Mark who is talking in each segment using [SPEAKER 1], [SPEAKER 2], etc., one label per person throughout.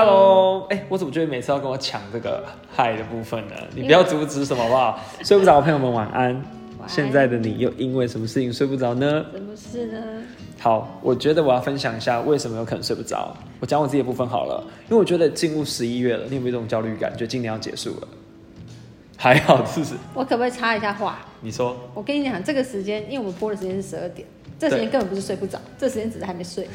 [SPEAKER 1] Hello，哎、我怎么觉得每次要跟我抢这个嗨的部分呢？你不要阻止什么好不好？睡不着的朋友们晚
[SPEAKER 2] 晚
[SPEAKER 1] 安。
[SPEAKER 2] 安
[SPEAKER 1] 现在的你又因为什么事情睡不着呢？
[SPEAKER 2] 什么事呢？
[SPEAKER 1] 好，我觉得我要分享一下为什么有可能睡不着。我讲我自己的部分好了，因为我觉得进入十一月了，你有没有一种焦虑感，觉得今年要结束了？还好，是不是？
[SPEAKER 2] 我可不可以插一下话？
[SPEAKER 1] 你说
[SPEAKER 2] 我跟你讲，这个时间，因为我们播的时间是十二点，这时间根本不是睡不着，这时间只是还没睡，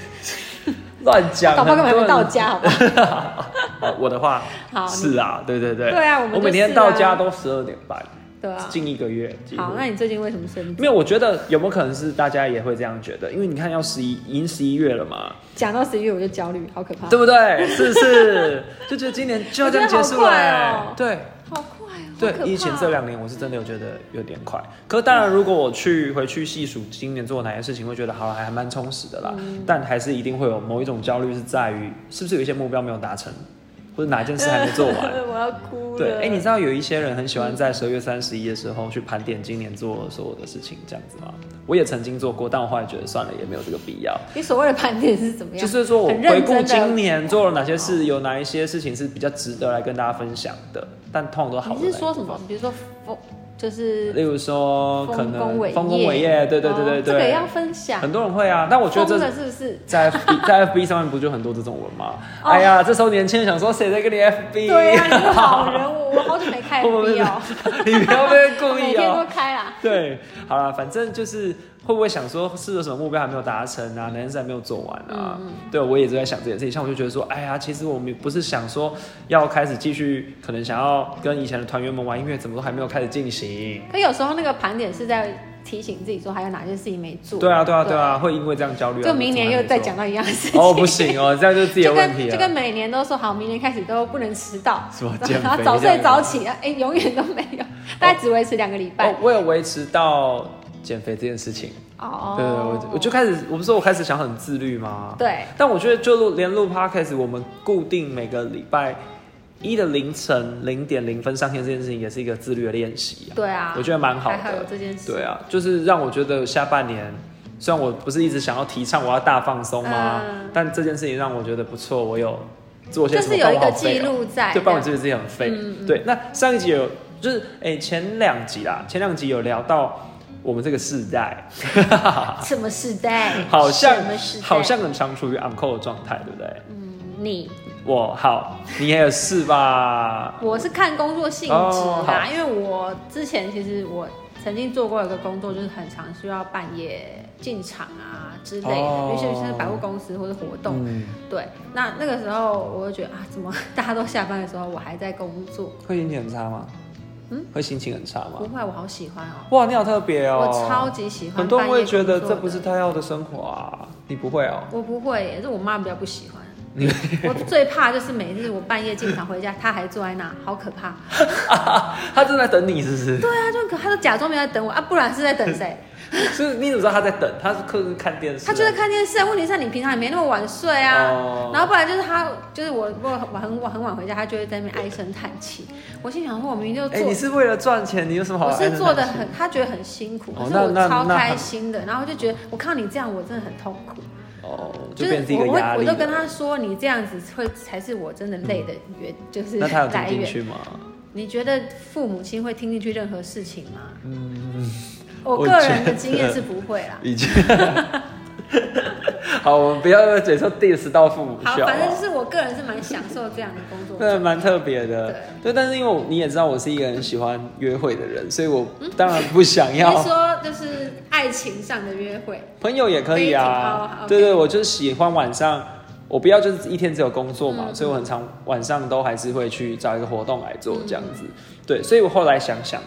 [SPEAKER 1] 乱讲，
[SPEAKER 2] 搞不好根本还没
[SPEAKER 1] 很多
[SPEAKER 2] 到
[SPEAKER 1] 人
[SPEAKER 2] 家，好不好？
[SPEAKER 1] 呃我的话
[SPEAKER 2] 好
[SPEAKER 1] 是啊，对对对，
[SPEAKER 2] 对啊我们
[SPEAKER 1] 我
[SPEAKER 2] 就
[SPEAKER 1] 每天
[SPEAKER 2] 是啊
[SPEAKER 1] 到家都十二点半，
[SPEAKER 2] 对啊。
[SPEAKER 1] 近一个月几乎
[SPEAKER 2] 好，。那你最近为什么睡不着？
[SPEAKER 1] 没有，我觉得有没有可能是大家也会这样觉得？因为你看，要十一，已经十一月了嘛，
[SPEAKER 2] 讲到十一月我就焦虑，好可怕，
[SPEAKER 1] 对不对？是不是？就觉得今年就要这样结束了、
[SPEAKER 2] 我
[SPEAKER 1] 哎
[SPEAKER 2] 觉得好快哦
[SPEAKER 1] 对
[SPEAKER 2] 好快哦，
[SPEAKER 1] 对
[SPEAKER 2] 好可，怕
[SPEAKER 1] 疫情这两年我是真的有觉得有点快。可是当然，如果我去回去细数今年做哪些事情，会觉得好了，还蛮充实的啦。
[SPEAKER 2] 嗯
[SPEAKER 1] 但还是一定会有某一种焦虑，是在于是不是有一些目标没有达成，或者哪件事还没做完。
[SPEAKER 2] 我要哭了。
[SPEAKER 1] 对，哎、你知道有一些人很喜欢在十二月三十一的时候去盘点今年做所有的事情，这样子吗？我也曾经做过，但我后来觉得算了，也没有这个必要。
[SPEAKER 2] 你所谓的盘点是怎么样？
[SPEAKER 1] 就是说我
[SPEAKER 2] 啊很
[SPEAKER 1] 回
[SPEAKER 2] 认
[SPEAKER 1] 顾
[SPEAKER 2] 真的
[SPEAKER 1] 今年做了哪些事，有哪一些事情是比较值得来跟大家分享的，但通常都好的。
[SPEAKER 2] 你是说什么？？比如说风，就是
[SPEAKER 1] 例如说，可
[SPEAKER 2] 丰
[SPEAKER 1] 能
[SPEAKER 2] 功伟业，
[SPEAKER 1] 丰功伟业，对对对对
[SPEAKER 2] 哦这个也
[SPEAKER 1] 对，
[SPEAKER 2] 要分享。
[SPEAKER 1] 很多人会啊。但我觉得
[SPEAKER 2] 疯
[SPEAKER 1] 这
[SPEAKER 2] 了是不是？
[SPEAKER 1] 在 FB 在 FB 上面不就很多这种文吗？
[SPEAKER 2] 哦
[SPEAKER 1] 哎呀，这时候年轻人想说，谁在跟你 FB？
[SPEAKER 2] 对呀、啊，你是好人，我我好久没开 FB
[SPEAKER 1] 我们
[SPEAKER 2] 哦，
[SPEAKER 1] 你不要被故
[SPEAKER 2] 每
[SPEAKER 1] 意
[SPEAKER 2] 天
[SPEAKER 1] 哦
[SPEAKER 2] 都。开啊啦。
[SPEAKER 1] 对，好了，反正就是会不会想说是有什么目标还没有达成啊，哪件事还没有做完啊？
[SPEAKER 2] 嗯
[SPEAKER 1] 对，我也一直在想这件事情。像我就觉得说，哎呀，其实我们不是想说要开始继续，可能想要跟以前的团员们玩音乐，怎么都还没有开始进行。
[SPEAKER 2] 可有时候那个盘点是在提醒自己说还有哪些事情没做。
[SPEAKER 1] 对啊，对啊，对啊，会因为这样焦虑、啊。
[SPEAKER 2] 就明年又再讲
[SPEAKER 1] 到
[SPEAKER 2] 到一样的事 情。
[SPEAKER 1] 哦，不行哦，这样就是自己的
[SPEAKER 2] 就
[SPEAKER 1] 问题
[SPEAKER 2] 跟就跟
[SPEAKER 1] 了。
[SPEAKER 2] 每年都说好，明年开始都不能迟到，
[SPEAKER 1] 什么减肥
[SPEAKER 2] 然后 早
[SPEAKER 1] 这
[SPEAKER 2] 睡
[SPEAKER 1] 样
[SPEAKER 2] 早起，哎、永远都 没有，大概只维持两个礼拜
[SPEAKER 1] 哦。，我有维持到减肥这件事情。
[SPEAKER 2] 哦，
[SPEAKER 1] 对，我我就开始，我不是说我开始想很自律吗？
[SPEAKER 2] 对，
[SPEAKER 1] 但我觉得就录连录 podcast，我们固定每个礼拜一的凌晨零点零分上线这件事情，也是一个自律的练习、啊。
[SPEAKER 2] 对啊，
[SPEAKER 1] 我觉得蛮好
[SPEAKER 2] 还好有
[SPEAKER 1] 的。
[SPEAKER 2] 这件事。
[SPEAKER 1] 对啊，就是让我觉得下半年，虽然我不是一直想要提倡我要大放松吗？
[SPEAKER 2] 嗯
[SPEAKER 1] 但这件事情让我觉得不错，我有做些
[SPEAKER 2] 就
[SPEAKER 1] 什么
[SPEAKER 2] 是
[SPEAKER 1] 帮
[SPEAKER 2] 有
[SPEAKER 1] 我
[SPEAKER 2] 一
[SPEAKER 1] 好
[SPEAKER 2] 个
[SPEAKER 1] 废
[SPEAKER 2] 记
[SPEAKER 1] 哦
[SPEAKER 2] 录在，
[SPEAKER 1] 就帮我
[SPEAKER 2] 这
[SPEAKER 1] 觉
[SPEAKER 2] 样嗯
[SPEAKER 1] 得自己很废。对，那上一集有就是哎、前两集啦，前两集有聊到我们这个世代，
[SPEAKER 2] 什么时代？
[SPEAKER 1] 好像
[SPEAKER 2] 什么时代？
[SPEAKER 1] 好像很常处于 uncle 的状态，对不对？
[SPEAKER 2] 你，
[SPEAKER 1] 我好，你也有事吧？
[SPEAKER 2] 我是看工作性质
[SPEAKER 1] 哦好
[SPEAKER 2] 啦，因为我之前其实我曾经做过一个工作，就是很常需要半夜进场啊之类的，
[SPEAKER 1] 哦
[SPEAKER 2] 尤其是百货公司或者活动。
[SPEAKER 1] 嗯，
[SPEAKER 2] 对，那那个时候我就觉得啊，怎么 大家都下班的时候，我还在工作？
[SPEAKER 1] 会心情很差吗？
[SPEAKER 2] 嗯，
[SPEAKER 1] 会心情很差吗
[SPEAKER 2] 不？会，我好喜欢哦，
[SPEAKER 1] 哇，你好特别哦！
[SPEAKER 2] 我超级喜欢。
[SPEAKER 1] 很多人会觉得这不是，他要的生活啊，你不会哦？
[SPEAKER 2] 我不会耶，是我妈比较不喜 欢。我最怕就是每次我半夜进场回家，她还坐在那，好可怕。
[SPEAKER 1] 他正在等你，是 不是？
[SPEAKER 2] 对啊，就很可，她都假装没有在等我啊，不然是在等谁？
[SPEAKER 1] 所以你怎么知道他在等？他是客人看电视啊，
[SPEAKER 2] 他就在看电视啊，问题是你平常也没那么晚睡啊。
[SPEAKER 1] 哦
[SPEAKER 2] 然后不然就是他，就是我，如果很晚很晚回家，他就会在那边唉声叹气。我心想说，我明明就
[SPEAKER 1] 哎、
[SPEAKER 2] 做，
[SPEAKER 1] 你是为了赚钱，你有什么好？
[SPEAKER 2] 我是做的，很，他觉得很辛苦，
[SPEAKER 1] 哦
[SPEAKER 2] 可是
[SPEAKER 1] 那那
[SPEAKER 2] 我超
[SPEAKER 1] 那
[SPEAKER 2] 开心的。然后就觉得，我看你这样，我真的很痛苦。
[SPEAKER 1] 哦，就是变成一个
[SPEAKER 2] 我会
[SPEAKER 1] 压，
[SPEAKER 2] 我
[SPEAKER 1] 力了。
[SPEAKER 2] 就跟他说，你这样子会才是我真的累的原，就是
[SPEAKER 1] 嗯那他有听
[SPEAKER 2] 来
[SPEAKER 1] 进
[SPEAKER 2] 源。
[SPEAKER 1] 去吗？
[SPEAKER 2] 你觉得父母亲会听进去任何事情吗？
[SPEAKER 1] 嗯，
[SPEAKER 2] 我
[SPEAKER 1] 我
[SPEAKER 2] 个人的
[SPEAKER 1] 觉得
[SPEAKER 2] 经验是不会 啦。
[SPEAKER 1] 已经。 好，我们不要嘴说 diss 到父母
[SPEAKER 2] 好，
[SPEAKER 1] 笑
[SPEAKER 2] 反正就
[SPEAKER 1] 啊，
[SPEAKER 2] 是我个人是蛮享受这样的工 作。
[SPEAKER 1] 那蛮特别的。对，但是因为我你也知道，我是一个很喜欢约会的人，所以我当然不想
[SPEAKER 2] 你
[SPEAKER 1] 要
[SPEAKER 2] 是说就是爱情上的约会，
[SPEAKER 1] 朋友也可以啊
[SPEAKER 2] 可以。
[SPEAKER 1] 对
[SPEAKER 2] OK
[SPEAKER 1] 对，我就是喜欢晚上，我不要就是一天只有工作嘛，所以我很常晚上都还是会去找一个活动来做这样子。对，所以我后来想想，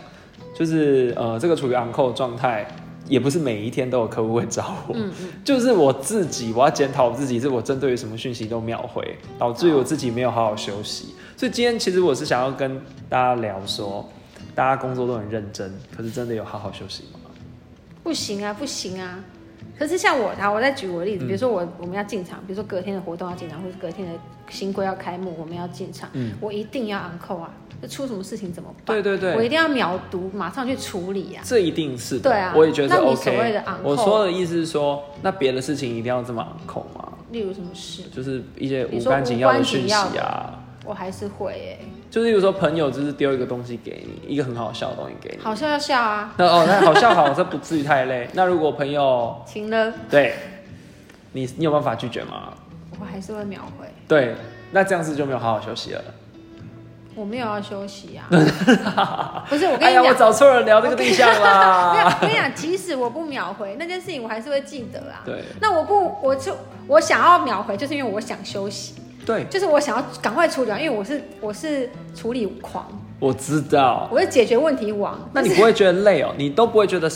[SPEAKER 1] 就是呃，这个处于 uncle 状态。也不是每一天都有客户会找我，
[SPEAKER 2] 嗯
[SPEAKER 1] 就是我自己，我要检讨我自己，是我针对于什么讯息都秒回，导致于我自己没有好好休息。所以今天其实我是想要跟大家聊说，大家工作都很认真，可是真的有好好休息吗？
[SPEAKER 2] 不行啊，不行啊。可是像我，好，我再举我的
[SPEAKER 1] 嗯
[SPEAKER 2] 例子，比如说我我们要进场，比如说隔天的活动要进场，或者隔天的新规要开幕，我们要进场，
[SPEAKER 1] 嗯
[SPEAKER 2] 我一定要 uncle 啊，这出什么事情怎么办？
[SPEAKER 1] 对对对，
[SPEAKER 2] 我一定要秒读，马上去处理啊。
[SPEAKER 1] 这一定是的
[SPEAKER 2] 对啊
[SPEAKER 1] 我也觉得
[SPEAKER 2] 那你
[SPEAKER 1] OK。
[SPEAKER 2] 所谓的 uncle
[SPEAKER 1] 我说的意思是说，那别的事情一定要这么 uncle 吗？
[SPEAKER 2] 例如什么事，
[SPEAKER 1] 就是一些
[SPEAKER 2] 你
[SPEAKER 1] 无
[SPEAKER 2] 说
[SPEAKER 1] 关紧要
[SPEAKER 2] 无
[SPEAKER 1] 的
[SPEAKER 2] 关紧
[SPEAKER 1] 讯息
[SPEAKER 2] 要
[SPEAKER 1] 啊。
[SPEAKER 2] 我还是会诶、
[SPEAKER 1] 就是有时候朋友就是丢一个东西给你，一个很好笑的东西给你，
[SPEAKER 2] 好笑要笑啊，
[SPEAKER 1] 那哦，那好笑好，这不至于太累。 那如果朋友
[SPEAKER 2] 晴了
[SPEAKER 1] 对你，你有办法拒绝吗？
[SPEAKER 2] 我还是会秒回，
[SPEAKER 1] 对，那这样子就没有好好休息了。
[SPEAKER 2] 我没有要休息 啊，不是我跟
[SPEAKER 1] 哎
[SPEAKER 2] 你
[SPEAKER 1] 呀，
[SPEAKER 2] 讲。
[SPEAKER 1] 我啊找错人聊这个对象
[SPEAKER 2] 没有，
[SPEAKER 1] 啦。
[SPEAKER 2] 我跟你讲，即使我不秒回那件事情，我还是会记得啊。
[SPEAKER 1] 对
[SPEAKER 2] 那我不，我就我想要秒回，就是因为我想休息，
[SPEAKER 1] 对，
[SPEAKER 2] 就是我想要赶快处理完，因为我是我是处理狂，
[SPEAKER 1] 我知道。
[SPEAKER 2] 我是解决问题王。
[SPEAKER 1] 那你
[SPEAKER 2] 就是
[SPEAKER 1] 不会觉得累哦？你都不会觉得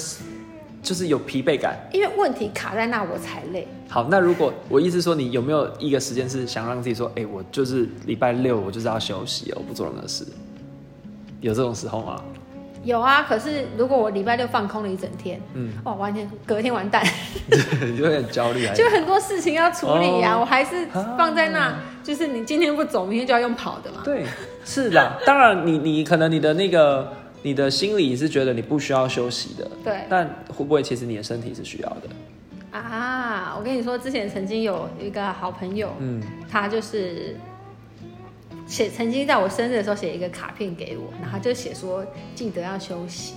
[SPEAKER 1] 就是有疲惫感？
[SPEAKER 2] 因为问题卡在那，我才累。
[SPEAKER 1] 好，那如果我意思说，你有没有一个时间是想让自己说，哎、我就是礼拜六我就是要休息，我不做任何事，有这种时候 吗？
[SPEAKER 2] 有啊，可是如果我礼拜六放空了一整天，嗯，哇，完全隔天完蛋，
[SPEAKER 1] 哎你就会很焦虑还？
[SPEAKER 2] 就是很多事情要处理呀、
[SPEAKER 1] 哦
[SPEAKER 2] 我还是放在那，就是你今天不走，明天就要用跑的嘛。
[SPEAKER 1] 对，是啦。当然你，你可能你的那个你的心理是觉得你不需要休息的，
[SPEAKER 2] 对
[SPEAKER 1] 但会不会其实你的身体是需要的？
[SPEAKER 2] 啊，我跟你说，之前曾经有一个好朋友，
[SPEAKER 1] 嗯，
[SPEAKER 2] 他就是写曾经在我生日的时候写一个卡片给我，然后他就写说记得要休息。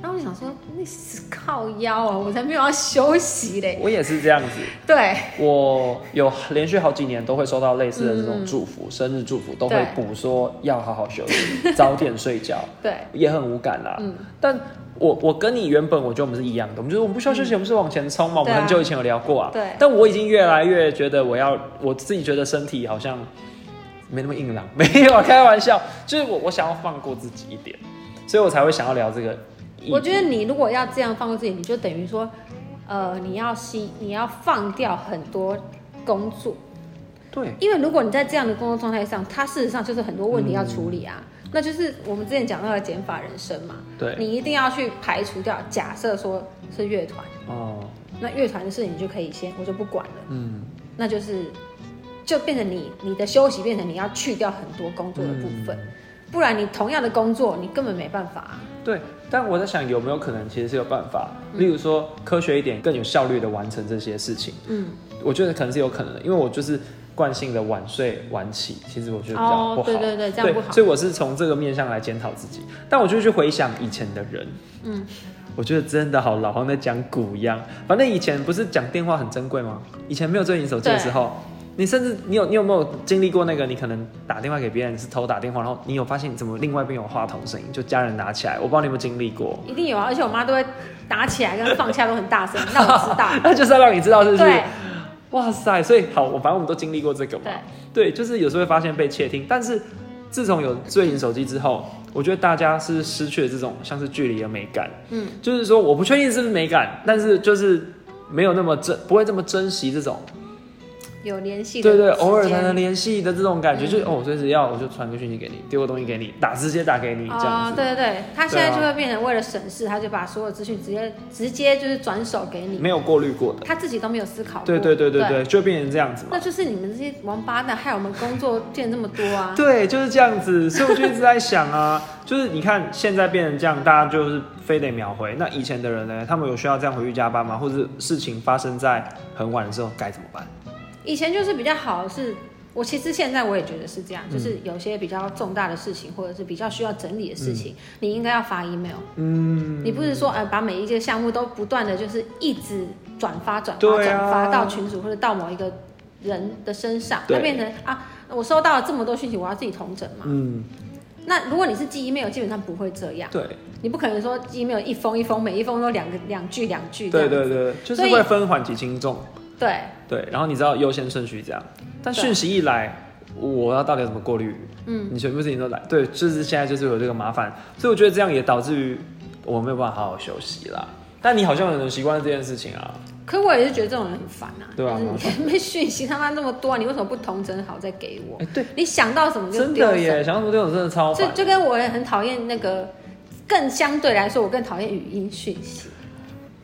[SPEAKER 2] 然后我想说，那是靠腰啊，我才没有要休息嘞。
[SPEAKER 1] 我也是这样子。
[SPEAKER 2] 对，
[SPEAKER 1] 我有连续好几年都会收到类似的这种祝福，生日祝福都会
[SPEAKER 2] 嗯对
[SPEAKER 1] 补说要好好休息，早点睡觉，
[SPEAKER 2] 对，
[SPEAKER 1] 也很无感啦。
[SPEAKER 2] 嗯
[SPEAKER 1] 但我我跟你原本我觉得我们是一样的，我们就是我们不需要休息，我们是往前冲嘛。我
[SPEAKER 2] 嗯对
[SPEAKER 1] 们
[SPEAKER 2] 啊
[SPEAKER 1] 很久以前有聊过啊。
[SPEAKER 2] 对
[SPEAKER 1] 但我已经越来越觉得我要我自己觉得身体好像没那么硬朗， 没有啊开玩笑，就是我我想要放过自己一点，所以我才会想要聊这个议题。
[SPEAKER 2] 我觉得你如果要这样放过自己，你就等于说，呃，你要吸，你要放掉很多工作，
[SPEAKER 1] 对
[SPEAKER 2] 因为如果你在这样的工作状态上，它事实上就是很多问题要处理啊。那就是我们之前讲到的减法人生嘛，
[SPEAKER 1] 对
[SPEAKER 2] 你一定要去排除掉。假设说是乐团，
[SPEAKER 1] 哦，
[SPEAKER 2] 那乐团的事情就可以先我就不管了，
[SPEAKER 1] 嗯，
[SPEAKER 2] 那就是就变成你你的休息变成你要去掉很多工作的部分，
[SPEAKER 1] 嗯
[SPEAKER 2] 不然你同样的工作你根本没办法、啊。
[SPEAKER 1] 对，但我在想有没有可能其实是有办法，
[SPEAKER 2] 嗯
[SPEAKER 1] 例如说科学一点，更有效率的完成这些事情。
[SPEAKER 2] 嗯，
[SPEAKER 1] 我觉得可能是有可能的，因为我就是惯性的晚睡晚起，其实我觉得比较不好。
[SPEAKER 2] 哦，对对对，这样
[SPEAKER 1] 对
[SPEAKER 2] 不好
[SPEAKER 1] 所。以我是从这个面向来检讨自己，但我就去回想以前的人，
[SPEAKER 2] 嗯，
[SPEAKER 1] 我觉得真的好老，好像在讲古一样。反正以前不是讲电话很珍贵吗？以前没有智能手机的时候，你甚至你有你有没有经历过那个？你可能打电话给别人是偷打电话，然后你有发现怎么另外一边有话筒声音，就家人拿起来，我不知道你有没有经历过。
[SPEAKER 2] 一定有啊，而且我妈都会打起来跟放下都很大 声，让我知道。
[SPEAKER 1] 那就是要让你知道，是不是？
[SPEAKER 2] 对
[SPEAKER 1] 哇塞，所以好，我反正我们都经历过这个嘛。
[SPEAKER 2] 对，
[SPEAKER 1] 对，就是有时候会发现被窃听，但是自从有智能手机之后，我觉得大家是失去了这种像是距离的美感。
[SPEAKER 2] 嗯，
[SPEAKER 1] 就是说我不确定是不是美感，但是就是没有那么珍，不会这么珍惜这种，
[SPEAKER 2] 有联系
[SPEAKER 1] 对
[SPEAKER 2] 的
[SPEAKER 1] 对，
[SPEAKER 2] 时间嗯
[SPEAKER 1] 偶尔才能联系的这种感觉，就是哦，我随时要我就传个讯息给你，丢个东西给你，打直接打给你这样
[SPEAKER 2] 哦
[SPEAKER 1] 子。，
[SPEAKER 2] 对对对，他现在
[SPEAKER 1] 对啊
[SPEAKER 2] 就会变成为了省事，他就把所有资讯直接直接就是转手给你，
[SPEAKER 1] 没有过滤过的，
[SPEAKER 2] 他自己都没有思考过。
[SPEAKER 1] 对对对对
[SPEAKER 2] 对，
[SPEAKER 1] 对，就会变成这样子嘛
[SPEAKER 2] 那。就是你们这些王八蛋害我们工作变这么多 啊！
[SPEAKER 1] 对，就是这样子，所以我就一直在想啊，就是你看现在变成这样，大家就是非得秒回。那以前的人呢，他们有需要这样回去加班吗？或者是事情发生在很晚的时候该怎么办？
[SPEAKER 2] 以前就是比较好是。我其实现在我也觉得是这样，
[SPEAKER 1] 嗯
[SPEAKER 2] 就是有些比较重大的事情，或者是比较需要整理的事
[SPEAKER 1] 嗯
[SPEAKER 2] 情，你应该要发 email。嗯，你不是说哎、呃把每一个项目都不断的就是一直转发转发
[SPEAKER 1] 对啊
[SPEAKER 2] 转发到群组或者到某一个人的身上，
[SPEAKER 1] 对
[SPEAKER 2] 那变成啊我收到了这么多讯息，我要自己统整嘛。
[SPEAKER 1] 嗯，
[SPEAKER 2] 那如果你是寄 email，基本上不会这样，
[SPEAKER 1] 对，
[SPEAKER 2] 你不可能说寄 email 一封一封，每一封都两个两句两句这
[SPEAKER 1] 对
[SPEAKER 2] 样子。
[SPEAKER 1] 对对，就是
[SPEAKER 2] 所以
[SPEAKER 1] 会分缓急轻重，
[SPEAKER 2] 对
[SPEAKER 1] 对，然后你知道优先顺序这样。但
[SPEAKER 2] 对
[SPEAKER 1] 讯息一来，我要到底要怎么过滤？
[SPEAKER 2] 嗯，
[SPEAKER 1] 你全部事情都来，对，就是现在就是有这个麻烦，所以我觉得这样也导致于我没有办法好好休息啦。但你好像很习惯这件事情啊，
[SPEAKER 2] 可我也是觉得这种人很烦啊，
[SPEAKER 1] 对啊
[SPEAKER 2] 就是你被讯息他妈那么多、你为什么不同整好再给我？
[SPEAKER 1] 哎、对，
[SPEAKER 2] 你想到什么就
[SPEAKER 1] 真
[SPEAKER 2] 丢
[SPEAKER 1] 的
[SPEAKER 2] 什
[SPEAKER 1] 耶，
[SPEAKER 2] 么，
[SPEAKER 1] 想要说这种真的超
[SPEAKER 2] 就
[SPEAKER 1] 烦。
[SPEAKER 2] 就跟我也很讨厌那个，更相对来说，我更讨厌语音讯息。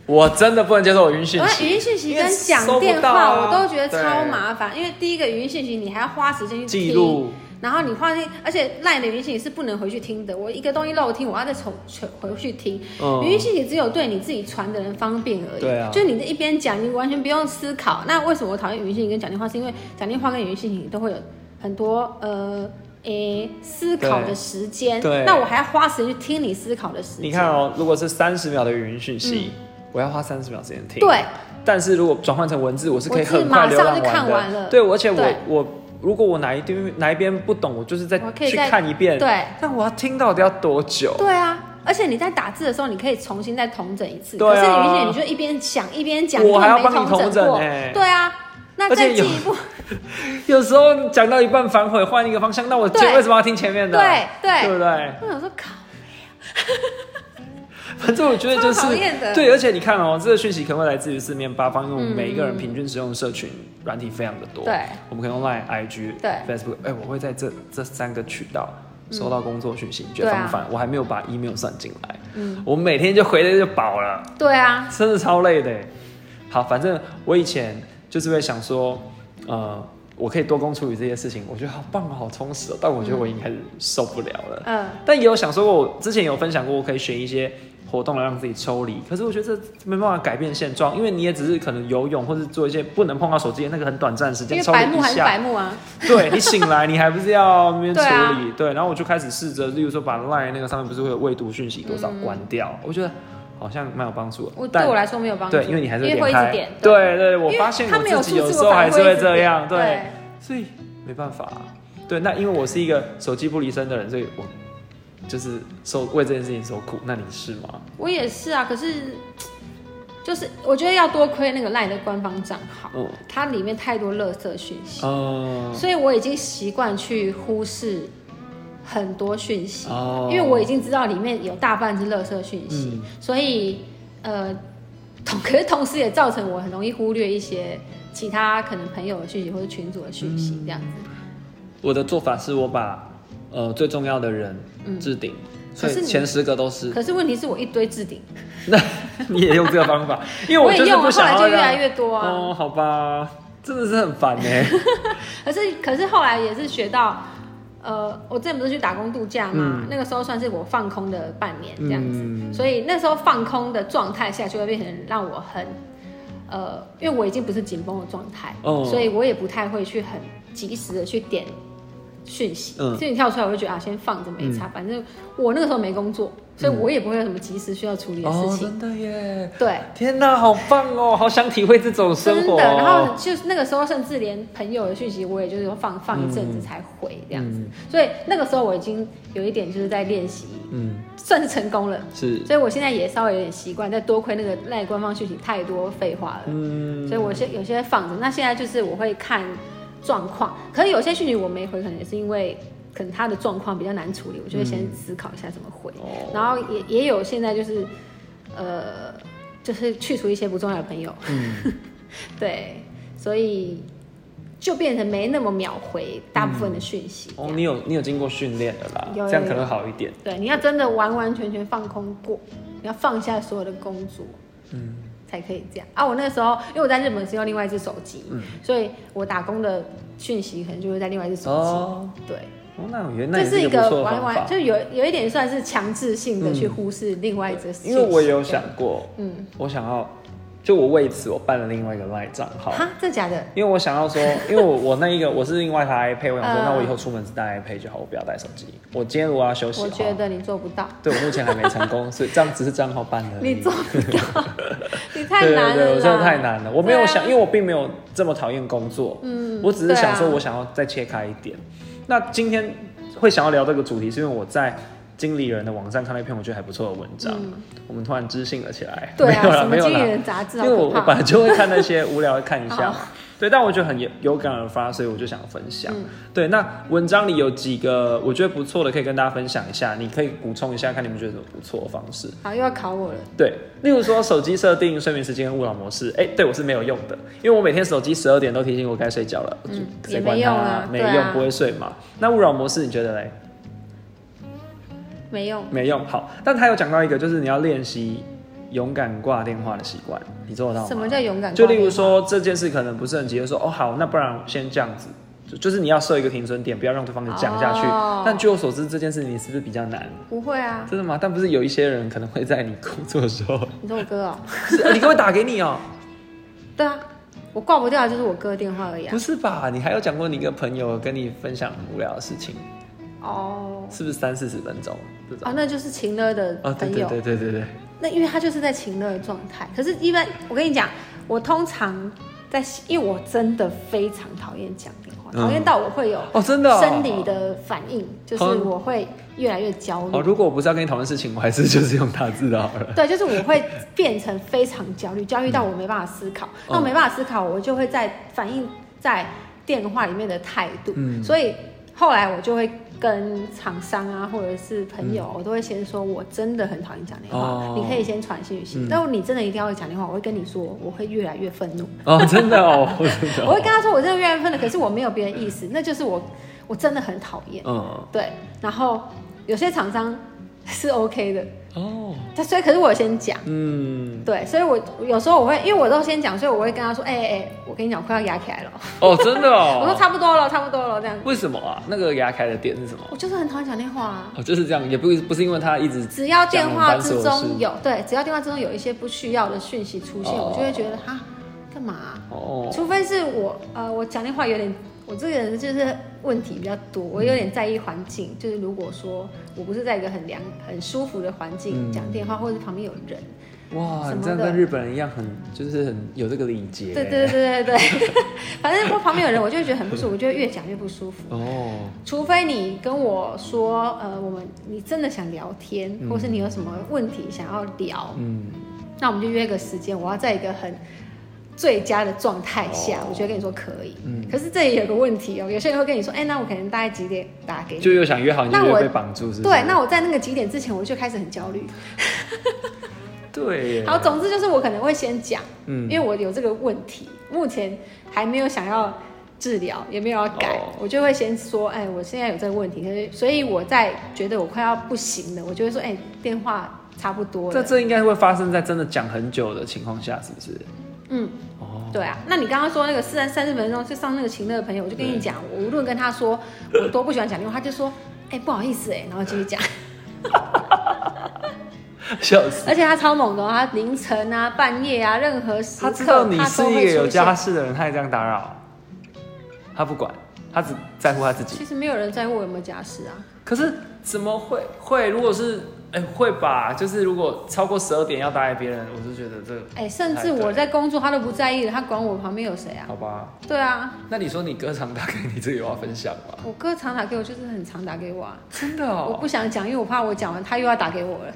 [SPEAKER 1] 我真的不能接受我晕讯
[SPEAKER 2] 我
[SPEAKER 1] 息，
[SPEAKER 2] 语音讯息
[SPEAKER 1] 因
[SPEAKER 2] 跟
[SPEAKER 1] 为收
[SPEAKER 2] 讲
[SPEAKER 1] 不
[SPEAKER 2] 电
[SPEAKER 1] 到
[SPEAKER 2] 话，
[SPEAKER 1] 啊
[SPEAKER 2] 我都觉得超麻烦，因为第一个语音讯息你还要花时间去
[SPEAKER 1] 记
[SPEAKER 2] 听，
[SPEAKER 1] 录
[SPEAKER 2] 然后你发现，而且赖的语音信息是不能回去听的。我一个东西漏听，我要再重重回去听。
[SPEAKER 1] 嗯
[SPEAKER 2] 语音信息只有对你自己传的人方便而已。
[SPEAKER 1] 对啊
[SPEAKER 2] 就你这一边讲，你完全不用思考。那为什么我讨厌语音信息跟讲电话？是因为讲电话跟语音信息都会有很多呃。诶，思考的时间，
[SPEAKER 1] 对对
[SPEAKER 2] 那我还要花时间去听你思考的时间。
[SPEAKER 1] 你看哦，如果是三十秒的语音讯息，我要花三十秒时间听。
[SPEAKER 2] 对，
[SPEAKER 1] 但是如果转换成文字，我是可以
[SPEAKER 2] 我是
[SPEAKER 1] 很快
[SPEAKER 2] 马
[SPEAKER 1] 浏
[SPEAKER 2] 上
[SPEAKER 1] 览
[SPEAKER 2] 就看
[SPEAKER 1] 的。
[SPEAKER 2] 完了
[SPEAKER 1] 对，而且我
[SPEAKER 2] 对
[SPEAKER 1] 我如果我哪一边哪一边不懂，我就是再
[SPEAKER 2] 我可以
[SPEAKER 1] 去
[SPEAKER 2] 再
[SPEAKER 1] 看一遍。
[SPEAKER 2] 对
[SPEAKER 1] 但我要听到底要多久？
[SPEAKER 2] 对啊，而且你在打字的时候，你可以重新再统整一次。
[SPEAKER 1] 对
[SPEAKER 2] 可
[SPEAKER 1] 啊
[SPEAKER 2] 是你明显你就一边想一边讲，
[SPEAKER 1] 我还要
[SPEAKER 2] 根本
[SPEAKER 1] 帮
[SPEAKER 2] 没
[SPEAKER 1] 你
[SPEAKER 2] 统
[SPEAKER 1] 统整
[SPEAKER 2] 过。
[SPEAKER 1] 欸
[SPEAKER 2] 对啊，那
[SPEAKER 1] 而且
[SPEAKER 2] 再进一步，
[SPEAKER 1] 有时候讲到一半反悔，换一个方向，那我
[SPEAKER 2] 对
[SPEAKER 1] 为什么要听前面的？
[SPEAKER 2] 对对
[SPEAKER 1] 对不对？
[SPEAKER 2] 我想说靠，
[SPEAKER 1] 反正我觉得就
[SPEAKER 2] 超讨
[SPEAKER 1] 是
[SPEAKER 2] 厌的
[SPEAKER 1] 对，而且你看哦，这个讯息可能会来自于四面八方，因为我
[SPEAKER 2] 嗯
[SPEAKER 1] 们每一个人平均使用的社群软体非常的多。
[SPEAKER 2] 对，
[SPEAKER 1] 我们可以用 Line、IG、
[SPEAKER 2] 对嗯
[SPEAKER 1] Facebook，哎、我会在这这三个渠道收到工作讯息，你觉
[SPEAKER 2] 对
[SPEAKER 1] 得
[SPEAKER 2] 啊
[SPEAKER 1] 方不方便？我还没有把 email 算进来，
[SPEAKER 2] 嗯，
[SPEAKER 1] 我每天就回的就饱了。
[SPEAKER 2] 对啊，
[SPEAKER 1] 真的超累的耶。好，反正我以前就是会想说，呃，我可以多工处理这些事情，我觉得好棒啊，好充实哦。但我觉得我已经开始受不了了。
[SPEAKER 2] 嗯，
[SPEAKER 1] 但也有想说过，我之前有分享过，我可以选一些活动来让自己抽离。可是我觉得这没办法改变现状，因为你也只是可能游泳或者做一些不能碰到手机的那个很短暂的时
[SPEAKER 2] 因
[SPEAKER 1] 间
[SPEAKER 2] 为
[SPEAKER 1] 抽
[SPEAKER 2] 白
[SPEAKER 1] 离
[SPEAKER 2] 目
[SPEAKER 1] 一
[SPEAKER 2] 还是
[SPEAKER 1] 下
[SPEAKER 2] 白。目啊，
[SPEAKER 1] 对你醒来，你还不是要那边处
[SPEAKER 2] 对啊
[SPEAKER 1] 理？对，然后我就开始试着，例如说把 Line 那个上面不是会有未读讯息多少关掉，我觉得好像蛮有帮助的。
[SPEAKER 2] 我
[SPEAKER 1] 但
[SPEAKER 2] 对我来说没有帮助。
[SPEAKER 1] 对，因为你还是
[SPEAKER 2] 因为会
[SPEAKER 1] 点
[SPEAKER 2] 一直
[SPEAKER 1] 开，
[SPEAKER 2] 点。
[SPEAKER 1] 对对，
[SPEAKER 2] 因
[SPEAKER 1] 我
[SPEAKER 2] 为
[SPEAKER 1] 发现
[SPEAKER 2] 他没
[SPEAKER 1] 我自己
[SPEAKER 2] 数
[SPEAKER 1] 有
[SPEAKER 2] 字，
[SPEAKER 1] 时候还是
[SPEAKER 2] 会
[SPEAKER 1] 会
[SPEAKER 2] 一直
[SPEAKER 1] 这
[SPEAKER 2] 点
[SPEAKER 1] 样，对
[SPEAKER 2] 对，，
[SPEAKER 1] 所以没办法、啊对，那因为我是一个手机不离身的人，所以我就是受为这件事情受苦。那你是吗？
[SPEAKER 2] 我也是啊，可是。就是我觉得要多亏那个赖的官方账号，
[SPEAKER 1] 嗯，
[SPEAKER 2] 它里面太多垃圾讯息，
[SPEAKER 1] 哦，
[SPEAKER 2] 所以我已经习惯去忽视很多讯息，
[SPEAKER 1] 哦
[SPEAKER 2] 因为我已经知道里面有大半是垃圾讯息，
[SPEAKER 1] 嗯
[SPEAKER 2] 所以呃，同 可是同时也造成我很容易忽略一些其他可能朋友的讯息或者群组的讯息这样子。
[SPEAKER 1] 我的做法是我把呃最重要的人置顶，所
[SPEAKER 2] 可是
[SPEAKER 1] 以
[SPEAKER 2] 你
[SPEAKER 1] 前十个都是。
[SPEAKER 2] 可是问题是我一堆置顶，
[SPEAKER 1] 那 你也用这个方法，因为
[SPEAKER 2] 我也
[SPEAKER 1] 就是
[SPEAKER 2] 用
[SPEAKER 1] 不
[SPEAKER 2] 啊，后
[SPEAKER 1] 想
[SPEAKER 2] 来
[SPEAKER 1] 要
[SPEAKER 2] 就越
[SPEAKER 1] 让
[SPEAKER 2] 来越多啊。
[SPEAKER 1] 哦，好吧，真的是很烦欸呢、
[SPEAKER 2] 可是可是后来也是学到，呃，我之前不是去打工度假嘛，那个时候算是我放空的半年这样子，
[SPEAKER 1] 嗯
[SPEAKER 2] 所以那时候放空的状态下，就会变成让我很，呃，因为我已经不是紧绷的状态，
[SPEAKER 1] 哦
[SPEAKER 2] 所以我也不太会去很及时的去点讯息，
[SPEAKER 1] 嗯
[SPEAKER 2] 所以你跳出来，我就觉得啊，先放着没差，反正我那个时候没工作，所以我也不会 有什么及时需要处理的事
[SPEAKER 1] 嗯哦，
[SPEAKER 2] 情，
[SPEAKER 1] 真的耶，
[SPEAKER 2] 对。
[SPEAKER 1] 天哪，好棒哦！好想体会这种生
[SPEAKER 2] 真
[SPEAKER 1] 活、
[SPEAKER 2] 的，
[SPEAKER 1] 哦。
[SPEAKER 2] 然后就是那个时候，甚至连朋友的讯息，我也就是放放一阵子才回这样子。
[SPEAKER 1] 嗯
[SPEAKER 2] 所以那个时候我已经有一点就是在练习，
[SPEAKER 1] 嗯，
[SPEAKER 2] 算是成功了。
[SPEAKER 1] 是，
[SPEAKER 2] 所以我现在也稍微有点习惯，但多亏那个赖官方讯息太多废话了，
[SPEAKER 1] 嗯，
[SPEAKER 2] 所以我现有些放着。那现在就是我会看状况，可是有些讯息我没回，可能也是因为可能他的状况比较难处理，我就会先
[SPEAKER 1] 嗯
[SPEAKER 2] 思考一下怎么回。
[SPEAKER 1] 哦
[SPEAKER 2] 然后也也有现在就是，呃，就是去除一些不重要的朋友，
[SPEAKER 1] 嗯，
[SPEAKER 2] 对，所以就变成没那么秒回大部分的讯息。这
[SPEAKER 1] 哦，
[SPEAKER 2] 样
[SPEAKER 1] 你有你有经过训练的啦，
[SPEAKER 2] 有
[SPEAKER 1] 这样可能好一点。
[SPEAKER 2] 对，你要真的完完全全放空过，你要放下所有的工作，
[SPEAKER 1] 嗯，
[SPEAKER 2] 才可以这样啊。我那个时候，因为我在日本是用另外一只手机，
[SPEAKER 1] 嗯
[SPEAKER 2] 所以我打工的讯息可能就会在另外一只手机。
[SPEAKER 1] 哦，
[SPEAKER 2] 对，
[SPEAKER 1] 哦，那原来
[SPEAKER 2] 这
[SPEAKER 1] 也是
[SPEAKER 2] 是一
[SPEAKER 1] 一个不
[SPEAKER 2] 个
[SPEAKER 1] 错的
[SPEAKER 2] 完
[SPEAKER 1] 方
[SPEAKER 2] 完
[SPEAKER 1] 法，嗯
[SPEAKER 2] 就有有一点算是强制性的去忽视另外一只、
[SPEAKER 1] 因为我有想，过，
[SPEAKER 2] 嗯，
[SPEAKER 1] 我想要，就我为此我办了另外一个 LINE 账号。
[SPEAKER 2] 哈，真的假的？
[SPEAKER 1] 因为我想 要说，因为我我那一个我是另外一台 iPad，我想说，
[SPEAKER 2] 嗯
[SPEAKER 1] 那我以后出门只带 iPad 就好，我不要带手机。我今天如果要休息
[SPEAKER 2] 我
[SPEAKER 1] 的话，
[SPEAKER 2] 觉得你做不到，
[SPEAKER 1] 对我目前还没成功，所以这样只是账号办而已。
[SPEAKER 2] 你做不 到，你太
[SPEAKER 1] 对
[SPEAKER 2] 难
[SPEAKER 1] 对嗯对，
[SPEAKER 2] 了
[SPEAKER 1] 我
[SPEAKER 2] 啦，
[SPEAKER 1] 真的太难了。我没有想，因
[SPEAKER 2] 对啊
[SPEAKER 1] 为我并没有这么讨厌工作，
[SPEAKER 2] 嗯
[SPEAKER 1] 我只是想说，
[SPEAKER 2] 对啊
[SPEAKER 1] 我想要再切开一点。那今天会想要聊这个主题，是因为我在经理人的网站看到一篇我觉得还不错的文章，我们突然知性了起来。
[SPEAKER 2] 嗯对
[SPEAKER 1] 没有
[SPEAKER 2] 啊，
[SPEAKER 1] 啦，
[SPEAKER 2] 什么
[SPEAKER 1] 没有
[SPEAKER 2] 经纪
[SPEAKER 1] 啦，
[SPEAKER 2] 人杂志啊
[SPEAKER 1] 因
[SPEAKER 2] 好
[SPEAKER 1] 为我
[SPEAKER 2] 可
[SPEAKER 1] 我
[SPEAKER 2] 怕，
[SPEAKER 1] 本来就会看那些无聊的看一下
[SPEAKER 2] 好，
[SPEAKER 1] 对，但我觉得很有有感而发，所以我就想分享。
[SPEAKER 2] 嗯
[SPEAKER 1] 对，那文章里有几个我觉得不错的，可以跟大家分享一下，你可以补充一下，看你们觉得有什么不错的方式。
[SPEAKER 2] 好，又要考我了。
[SPEAKER 1] 对，例如说手机设定、睡眠时间、勿扰模式，哎、对我是没有用的，因为我每天手机十二点都提醒我该睡觉了，我就
[SPEAKER 2] 嗯
[SPEAKER 1] 谁
[SPEAKER 2] 也没
[SPEAKER 1] 管它、没
[SPEAKER 2] 用啊对啊
[SPEAKER 1] 用，不会睡嘛。那勿扰模式你觉得嘞？
[SPEAKER 2] 没用，
[SPEAKER 1] 没用。好，但他有讲到一个，就是你要练习勇敢挂电话的习惯，你做得到吗？
[SPEAKER 2] 什么叫勇敢？
[SPEAKER 1] 就例如，说这件事可能不是很急，就说哦好，那不然先这样子，就就是你要设一个停损点，不要让对方给讲下去。
[SPEAKER 2] 哦
[SPEAKER 1] 但据我所知，这件事情是不是比较难？
[SPEAKER 2] 不会啊，
[SPEAKER 1] 真的吗？但不是有一些人可能会在你工作的 时候，
[SPEAKER 2] 你说我哥哦，
[SPEAKER 1] 是呃你给我打给你哦、
[SPEAKER 2] 对啊，我挂不掉的就是我哥的电话而已啊
[SPEAKER 1] 不。是吧？你还有讲过你一个朋友跟你分享无聊的事情，
[SPEAKER 2] 哦，
[SPEAKER 1] 是不是三四十分钟这种？
[SPEAKER 2] 哦，那就是情乐的
[SPEAKER 1] 啊，对
[SPEAKER 2] 哦朋
[SPEAKER 1] 对
[SPEAKER 2] 友，
[SPEAKER 1] 对对对对，
[SPEAKER 2] 那因为他就是在情乐的状态。可是，一般我跟你讲，我通常在，因为我真的非常讨厌讲电话，
[SPEAKER 1] 嗯
[SPEAKER 2] 讨厌到我会有
[SPEAKER 1] 哦，真的、哦，
[SPEAKER 2] 生理的反应，就是
[SPEAKER 1] 哦
[SPEAKER 2] 我会越来越焦虑。
[SPEAKER 1] 哦，如果我不是要跟你讨论事情，我还是就是用打字的 好了。
[SPEAKER 2] 对，就是我会变成非常焦虑，焦虑到我没办法思考。
[SPEAKER 1] 嗯
[SPEAKER 2] 那我没办法思考，我就会在反映在电话里面的态度。
[SPEAKER 1] 嗯
[SPEAKER 2] 所以后来我就会跟厂商啊，或者是朋友，我都会先说，我真的很讨厌讲电话，
[SPEAKER 1] 嗯哦
[SPEAKER 2] 你可以先传讯息
[SPEAKER 1] 嗯。
[SPEAKER 2] 但你真的一定要会讲电话，我会跟你说，我会越来越愤怒。
[SPEAKER 1] 哦，真的哦， 真的、
[SPEAKER 2] 我会
[SPEAKER 1] 哦。
[SPEAKER 2] 跟他说，我真的越来越愤怒，可是我没有别的意思，那就是我我真的很讨厌。
[SPEAKER 1] 嗯，
[SPEAKER 2] 对，然后有些厂商是 OK 的，
[SPEAKER 1] 哦，
[SPEAKER 2] 但所以可是我有先讲。
[SPEAKER 1] 嗯，
[SPEAKER 2] 对，所以我有时候我会，因为我都先讲，所以我会跟他说，哎、哎哎、我跟你讲，我快要压起来了。
[SPEAKER 1] 哦，真的哦。
[SPEAKER 2] 我说差不多了，差不多了，这样。
[SPEAKER 1] 为什么啊？那个牙开的点是什么？
[SPEAKER 2] 我就是很讨厌讲电话啊，
[SPEAKER 1] 哦，就是这样，也不不是因为他一直
[SPEAKER 2] 只要电话
[SPEAKER 1] 讲
[SPEAKER 2] 之
[SPEAKER 1] 很繁琐的
[SPEAKER 2] 中
[SPEAKER 1] 事
[SPEAKER 2] 有对，只要电话之中有一些不需要的讯息出现，
[SPEAKER 1] 哦
[SPEAKER 2] 我就会觉得啊，干嘛啊、
[SPEAKER 1] 哦，
[SPEAKER 2] 除非是我呃，我讲电话有点，我这个人就是问题比较多，
[SPEAKER 1] 嗯
[SPEAKER 2] 我有点在意环境。就是如果说我不是在一个很凉、很舒服的环境
[SPEAKER 1] 嗯
[SPEAKER 2] 讲电话，或者是旁边有人，
[SPEAKER 1] 哇，
[SPEAKER 2] 什么的
[SPEAKER 1] 你这样跟日本人一样很，就是很有这个礼节。
[SPEAKER 2] 对对对对对， 反正我旁边有人，我就会觉得很不舒服，我就会越讲越不舒服。
[SPEAKER 1] 哦，
[SPEAKER 2] 除非你跟我说，呃，我们你真的想聊天，
[SPEAKER 1] 嗯
[SPEAKER 2] 或是你有什么问题想要聊，
[SPEAKER 1] 嗯，
[SPEAKER 2] 那我们就约个时间，我要在一个很最佳的状态下，
[SPEAKER 1] 哦
[SPEAKER 2] 我就会跟你说可以。
[SPEAKER 1] 嗯
[SPEAKER 2] 可是这里有个问题哦，有些人会跟你说，哎、那我可能大概几点打给你？
[SPEAKER 1] 就又想约好，你就
[SPEAKER 2] 那
[SPEAKER 1] 又
[SPEAKER 2] 我
[SPEAKER 1] 被绑住，是不是？
[SPEAKER 2] 对，那我在那个几点之前，我就开始很焦虑。
[SPEAKER 1] 对耶。啊
[SPEAKER 2] 好，总之就是我可能会先讲，
[SPEAKER 1] 嗯，
[SPEAKER 2] 因为我有这个问题，目前还没有想要治疗，也没有要改，
[SPEAKER 1] 哦
[SPEAKER 2] 我就会先说，哎，我现在有这个问题，可是所以我在觉得我快要不行了，我就会说，哎，电话差不多
[SPEAKER 1] 这
[SPEAKER 2] 了。
[SPEAKER 1] 这应该会发生在真的讲很久的情况下，是不是？
[SPEAKER 2] 嗯，
[SPEAKER 1] 哦，
[SPEAKER 2] 对啊。那你刚刚说那个四三三十分钟去上那个情乐的朋友，我就跟你讲，我无论跟他说我多不喜欢讲电话，他就说，哎，不好意思哎，然后继续 讲。
[SPEAKER 1] 笑死。
[SPEAKER 2] 而且他超猛的哦，他凌晨啊、半夜啊、任何时刻，
[SPEAKER 1] 他知道你是
[SPEAKER 2] 都
[SPEAKER 1] 一
[SPEAKER 2] 会
[SPEAKER 1] 个有
[SPEAKER 2] 出现
[SPEAKER 1] 家室的人，他也这样打扰，他不管，他只在乎他自己。
[SPEAKER 2] 其实没有人在乎我有没有家事啊。
[SPEAKER 1] 可是怎么会会？如果是哎、会吧，就是如果超过十二点要打给别人，我就觉得这个
[SPEAKER 2] 哎、甚至我在工作，他都不在意了，他管我旁边有谁啊？
[SPEAKER 1] 好吧。
[SPEAKER 2] 对啊，
[SPEAKER 1] 那你说你哥常打给你，这个有要分享吗？
[SPEAKER 2] 我哥常打给我，就是很常打给我啊。
[SPEAKER 1] 真的
[SPEAKER 2] 我
[SPEAKER 1] 哦，
[SPEAKER 2] 不想讲，因为我怕我讲完他又要打给我了。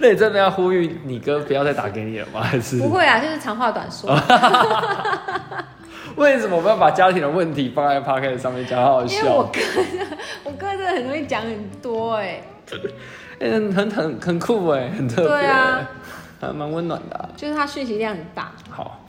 [SPEAKER 1] 那你真的要呼吁你哥不要再打给你了吗？还是
[SPEAKER 2] 不会啊，就是长话短
[SPEAKER 1] 哦
[SPEAKER 2] 说，啊
[SPEAKER 1] 为什么我们要把家庭的问题放在 p o c a s t 上面讲？好好
[SPEAKER 2] 因为我
[SPEAKER 1] 笑，
[SPEAKER 2] 哥，我哥真的很容易讲很多哎、
[SPEAKER 1] 嗯、很很很酷哎，很特别，
[SPEAKER 2] 对啊，
[SPEAKER 1] 还蛮温暖的啊、
[SPEAKER 2] 就是他讯息量很大。
[SPEAKER 1] 好，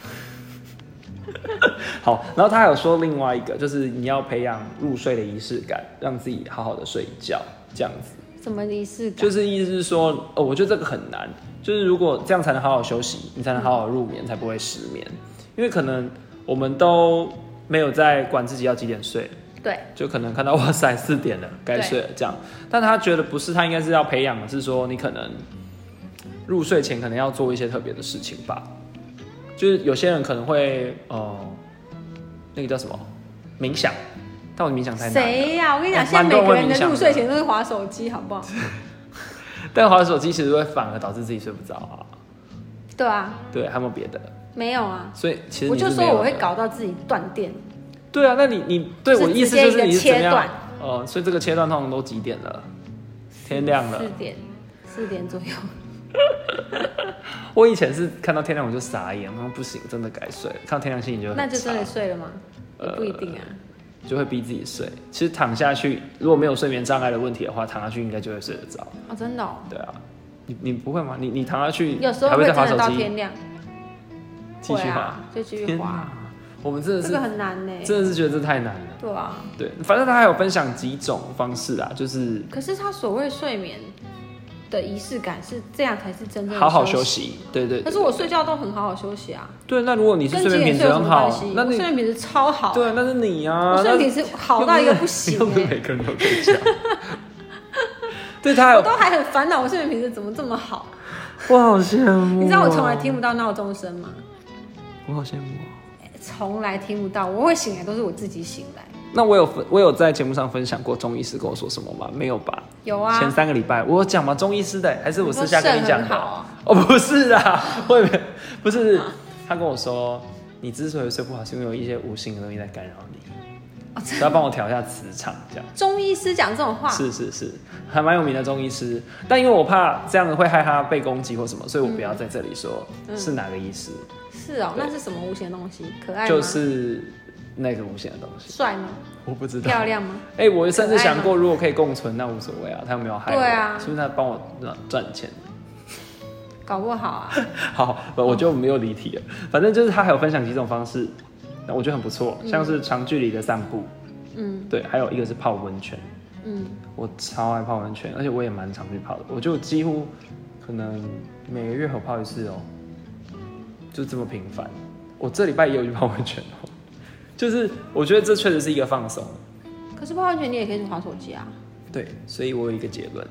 [SPEAKER 1] 好，然后他还有说另外一个，就是你要培养入睡的仪式感，让自己好好的睡一觉，这样子。
[SPEAKER 2] 什么仪式感？
[SPEAKER 1] 就是意思是说，哦，我觉得这个很难，就是如果这样才能好好休息，你才能好好入眠，才不会失眠。因为可能我们都没有在管自己要几点睡，
[SPEAKER 2] 对，
[SPEAKER 1] 就可能看到哇塞四点了，该睡了这样。但他觉得不是，他应该是要培养的是说，你可能入睡前可能要做一些特别的事情吧。就是有些人可能会呃，那个叫什么冥想，但我冥想太难了。
[SPEAKER 2] 谁呀、我跟你讲，
[SPEAKER 1] 哦
[SPEAKER 2] 现在
[SPEAKER 1] 蛮多
[SPEAKER 2] 每个
[SPEAKER 1] 人
[SPEAKER 2] 人的
[SPEAKER 1] 影响
[SPEAKER 2] 入
[SPEAKER 1] 的
[SPEAKER 2] 睡前都是划手机，好不好？
[SPEAKER 1] 但滑手机其实会反而导致自己睡不着啊。
[SPEAKER 2] 对啊，
[SPEAKER 1] 对，还有没有别的？
[SPEAKER 2] 没有啊，
[SPEAKER 1] 所以其实
[SPEAKER 2] 我
[SPEAKER 1] 你是
[SPEAKER 2] 就说
[SPEAKER 1] 没有
[SPEAKER 2] 我会
[SPEAKER 1] 的
[SPEAKER 2] 搞到自己断电。
[SPEAKER 1] 对啊，那你你对
[SPEAKER 2] 就是
[SPEAKER 1] 我意
[SPEAKER 2] 直
[SPEAKER 1] 思
[SPEAKER 2] 接
[SPEAKER 1] 就
[SPEAKER 2] 一个
[SPEAKER 1] 是你是怎么
[SPEAKER 2] 切
[SPEAKER 1] 样
[SPEAKER 2] 断？
[SPEAKER 1] 哦，所以这个切断通常都几点了？天亮了
[SPEAKER 2] 四。点，四点左右。
[SPEAKER 1] 我以前是看到天亮我就傻眼，然后不行，真的该睡了。看到天亮心情就很
[SPEAKER 2] 那就真的
[SPEAKER 1] 差
[SPEAKER 2] 睡了吗？也不一定啊。
[SPEAKER 1] 就会逼自己睡。其实躺下去，如果没有睡眠障碍的问题的话，躺下去应该就会睡得着。
[SPEAKER 2] 哦，真的、哦，
[SPEAKER 1] 对啊，你你不会吗？你你躺下去
[SPEAKER 2] 有时候
[SPEAKER 1] 还
[SPEAKER 2] 会
[SPEAKER 1] 会再
[SPEAKER 2] 真
[SPEAKER 1] 滑
[SPEAKER 2] 的
[SPEAKER 1] 手
[SPEAKER 2] 到
[SPEAKER 1] 机，
[SPEAKER 2] 天亮，
[SPEAKER 1] 继
[SPEAKER 2] 会
[SPEAKER 1] 续滑。
[SPEAKER 2] 啊，就继续
[SPEAKER 1] 天
[SPEAKER 2] 滑
[SPEAKER 1] 哪。，我们真的
[SPEAKER 2] 这
[SPEAKER 1] 是
[SPEAKER 2] 个很难呢。
[SPEAKER 1] 真的是觉得这太难了。
[SPEAKER 2] 对啊，
[SPEAKER 1] 对，反正他还有分享几种方式啊，就是
[SPEAKER 2] 可是他所谓睡眠，的仪式感是这样才是真正的
[SPEAKER 1] 好好
[SPEAKER 2] 休
[SPEAKER 1] 休。息，对对
[SPEAKER 2] 可是我睡觉都很好好休息啊，
[SPEAKER 1] 对。那如果你是
[SPEAKER 2] 跟
[SPEAKER 1] 睡
[SPEAKER 2] 几点
[SPEAKER 1] 眠
[SPEAKER 2] 睡
[SPEAKER 1] 品
[SPEAKER 2] 有
[SPEAKER 1] 质
[SPEAKER 2] 什
[SPEAKER 1] 很
[SPEAKER 2] 么关
[SPEAKER 1] 好
[SPEAKER 2] 系？，
[SPEAKER 1] 那
[SPEAKER 2] 我
[SPEAKER 1] 你
[SPEAKER 2] 睡眠品质超好，
[SPEAKER 1] 对，那是你啊，
[SPEAKER 2] 我睡
[SPEAKER 1] 那
[SPEAKER 2] 眠品质好到一个不行
[SPEAKER 1] 又不是
[SPEAKER 2] 哎、
[SPEAKER 1] 每个人都可以讲。对他
[SPEAKER 2] 我
[SPEAKER 1] 有，
[SPEAKER 2] 都还很烦恼，我睡眠品质怎么这么好？
[SPEAKER 1] 我好羡慕哦、
[SPEAKER 2] 你知道我从来听不到闹钟声吗？
[SPEAKER 1] 我好羡慕哦、
[SPEAKER 2] 从来听不到，我会醒来都是我自己醒来。
[SPEAKER 1] 那我有分，我有在节目上分享过中医师跟我说什么吗？没有吧？
[SPEAKER 2] 有啊，
[SPEAKER 1] 前三个礼拜我有讲吗？中医师的、欸还是我私下跟你讲
[SPEAKER 2] 你说肾
[SPEAKER 1] 的？
[SPEAKER 2] 很好啊
[SPEAKER 1] 哦，不是啊， 我也没不是，他跟我说，你之所以睡不好，是因为有一些无形的东西在干扰你，
[SPEAKER 2] 哦
[SPEAKER 1] 所以要帮我调一下磁场，这样。
[SPEAKER 2] 中医师讲这种话，
[SPEAKER 1] 是是是，还蛮有名的中医师，但因为我怕这样会害他被攻击或什么，所以我不
[SPEAKER 2] 嗯
[SPEAKER 1] 要在这里说是哪个医师，
[SPEAKER 2] 是哦，
[SPEAKER 1] 对
[SPEAKER 2] 那是什么无形的东西？可爱吗？
[SPEAKER 1] 就是那个无形的东西，
[SPEAKER 2] 帅吗？
[SPEAKER 1] 我不知道。
[SPEAKER 2] 漂亮吗？
[SPEAKER 1] 哎、我甚至想过，如果可以共存，那无所谓啊，他又没有害我，
[SPEAKER 2] 对啊
[SPEAKER 1] 是不是他帮我赚赚钱？
[SPEAKER 2] 搞不好啊，
[SPEAKER 1] 好，不我就没有离题了。反正就是他还有分享几种方式，那我觉得很不错，像是长距离的散步，
[SPEAKER 2] 嗯
[SPEAKER 1] 对，还有一个是泡温泉，
[SPEAKER 2] 嗯，
[SPEAKER 1] 我超爱泡温泉，而且我也蛮常去泡的，我就几乎可能每个月有泡一次哦、就这么频繁。我这礼拜也有去泡温泉哦、就是我觉得这确实是一个放松。
[SPEAKER 2] 可是泡温泉你也可以去划手机啊。
[SPEAKER 1] 对，所以我有一个结论。